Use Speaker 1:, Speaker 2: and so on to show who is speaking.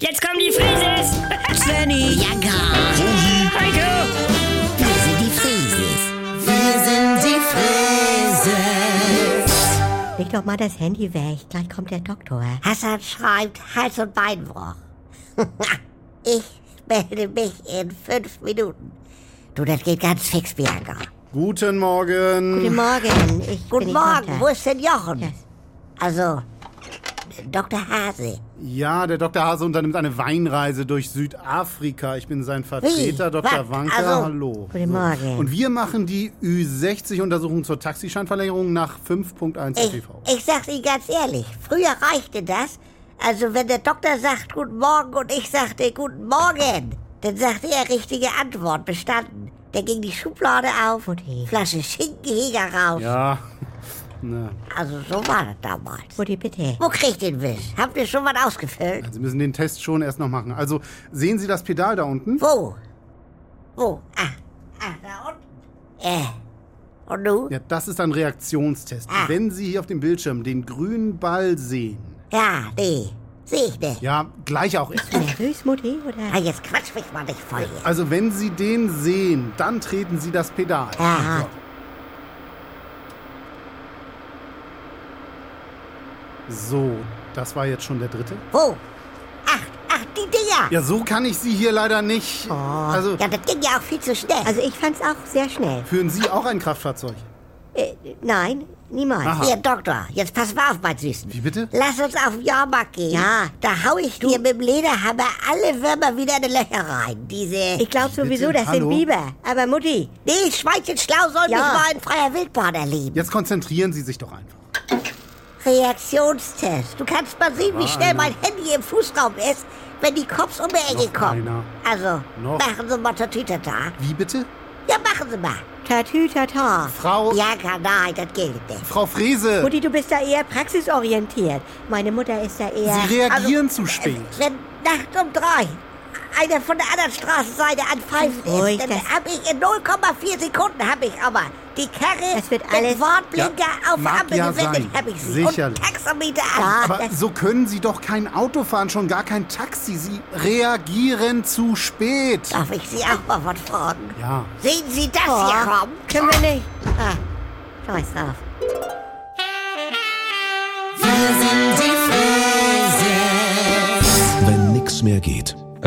Speaker 1: Jetzt kommen die Frises!
Speaker 2: Svenny,
Speaker 3: Ja, gar.
Speaker 1: Heiko!
Speaker 3: Wir sind die Frieses. Wir sind die Frieses.
Speaker 2: leg doch mal das Handy weg, gleich kommt der Doktor.
Speaker 3: Hassan schreibt Hals- und Beinbruch. ich melde mich in fünf Minuten. Du, das geht ganz fix, Bianca.
Speaker 4: Guten Morgen.
Speaker 2: Guten Morgen, ich
Speaker 3: Guten
Speaker 2: bin
Speaker 3: Morgen,
Speaker 2: die
Speaker 3: wo
Speaker 2: Tochter.
Speaker 3: ist denn Jochen?
Speaker 2: Ja.
Speaker 3: Also, Dr. Hase.
Speaker 4: Ja, der Dr. Hase unternimmt eine Weinreise durch Südafrika. Ich bin sein Vertreter,
Speaker 3: Wie?
Speaker 4: Dr.
Speaker 3: Was?
Speaker 4: Wanke.
Speaker 3: Also-
Speaker 4: Hallo.
Speaker 2: Guten Morgen.
Speaker 4: Und wir machen die Ü60-Untersuchung zur Taxischeinverlängerung nach 5.1
Speaker 3: Ich,
Speaker 4: TV.
Speaker 3: ich sag's Ihnen ganz ehrlich, früher reichte das. Also, wenn der Doktor sagt Guten Morgen und ich sagte Guten Morgen, dann sagte er richtige Antwort, bestanden. Da ging die Schublade auf,
Speaker 2: Mutti.
Speaker 3: Flasche Schinkenheger raus.
Speaker 4: Ja. Na,
Speaker 3: Also, so war das damals.
Speaker 2: Mutti, bitte.
Speaker 3: Wo krieg ich den Wisch? Habt ihr schon was ausgefüllt?
Speaker 4: Sie müssen den Test schon erst noch machen. Also, sehen Sie das Pedal da unten?
Speaker 3: Wo? Wo? Ah, ah, da unten. Äh. Und du?
Speaker 4: Ja, das ist ein Reaktionstest.
Speaker 3: Ah.
Speaker 4: Wenn Sie hier auf dem Bildschirm den grünen Ball sehen.
Speaker 3: Ja, nee. Seh ich nicht.
Speaker 4: Ja, gleich auch erst.
Speaker 2: Nervös, Mutti, oder?
Speaker 3: Ah, jetzt quatsch mich mal nicht voll hier.
Speaker 4: Also, wenn Sie den sehen, dann treten Sie das Pedal.
Speaker 3: Ja.
Speaker 4: So, das war jetzt schon der dritte.
Speaker 3: Wo? Ach, ach, die Dinger!
Speaker 4: Ja, so kann ich Sie hier leider nicht. Also,
Speaker 3: Oh. Ah. Ja, das ging ja auch viel zu schnell.
Speaker 2: Also ich fand's auch sehr schnell.
Speaker 4: führen Sie auch ein Kraftfahrzeug?
Speaker 2: Äh, nein, niemals.
Speaker 4: Aha.
Speaker 3: Hier, Doktor, jetzt pass mal auf, mein Süßen.
Speaker 4: Wie bitte?
Speaker 3: Lass uns auf den Jahrmarkt gehen.
Speaker 2: Ja.
Speaker 3: Da hau ich dir mit dem Lederhammer alle Würmer wieder in die Löcher rein. Diese...
Speaker 2: Ich glaube sowieso, das sind
Speaker 4: Hallo?
Speaker 2: Biber. Aber Mutti,
Speaker 3: nee, Schweinchen schlau soll
Speaker 2: Ja.
Speaker 3: mich mal in freier Wildbahn erleben.
Speaker 4: Jetzt konzentrieren Sie sich doch einfach.
Speaker 3: Reaktionstest. Du kannst mal sehen, wie
Speaker 4: War
Speaker 3: schnell
Speaker 4: einer.
Speaker 3: mein Handy im Fußraum ist, wenn die Cops um die Ecke
Speaker 4: Noch
Speaker 3: kommen.
Speaker 4: einer.
Speaker 3: Also,
Speaker 4: Noch.
Speaker 3: machen Sie mal Tatütata.
Speaker 4: Wie bitte?
Speaker 3: Ja, machen Sie mal.
Speaker 2: tatütata.
Speaker 4: Frau.
Speaker 3: Ja, kann, nein, das geht nicht.
Speaker 4: Frau Frese!
Speaker 2: Mutti, du bist da eher praxisorientiert. Meine Mutter ist da eher...
Speaker 4: Sie reagieren
Speaker 3: Also,
Speaker 4: zu spät.
Speaker 3: Wenn Nacht um drei einer von der anderen Straßenseite anpfeift
Speaker 2: Ruhig,
Speaker 3: ist, dann
Speaker 2: das-
Speaker 3: hab ich in 0,4 Sekunden hab ich aber die Karre,
Speaker 2: Das wird
Speaker 3: den
Speaker 2: alles-
Speaker 3: Warnblinker
Speaker 4: Ja,
Speaker 3: auf
Speaker 4: mag
Speaker 3: Ampel
Speaker 4: ja
Speaker 3: gewendet,
Speaker 4: sein.
Speaker 3: hab ich sie.
Speaker 4: Sicherlich.
Speaker 3: Und Taxameter an.
Speaker 4: Aber so können Sie doch kein Auto fahren, schon gar kein Taxi. Sie reagieren zu spät.
Speaker 3: Darf ich Sie auch mal was fragen?
Speaker 4: Ja.
Speaker 3: Sehen Sie das
Speaker 2: Oh,
Speaker 3: hier kommen?
Speaker 2: können wir nicht. Ah, scheiß drauf.
Speaker 5: Wenn nix mehr geht.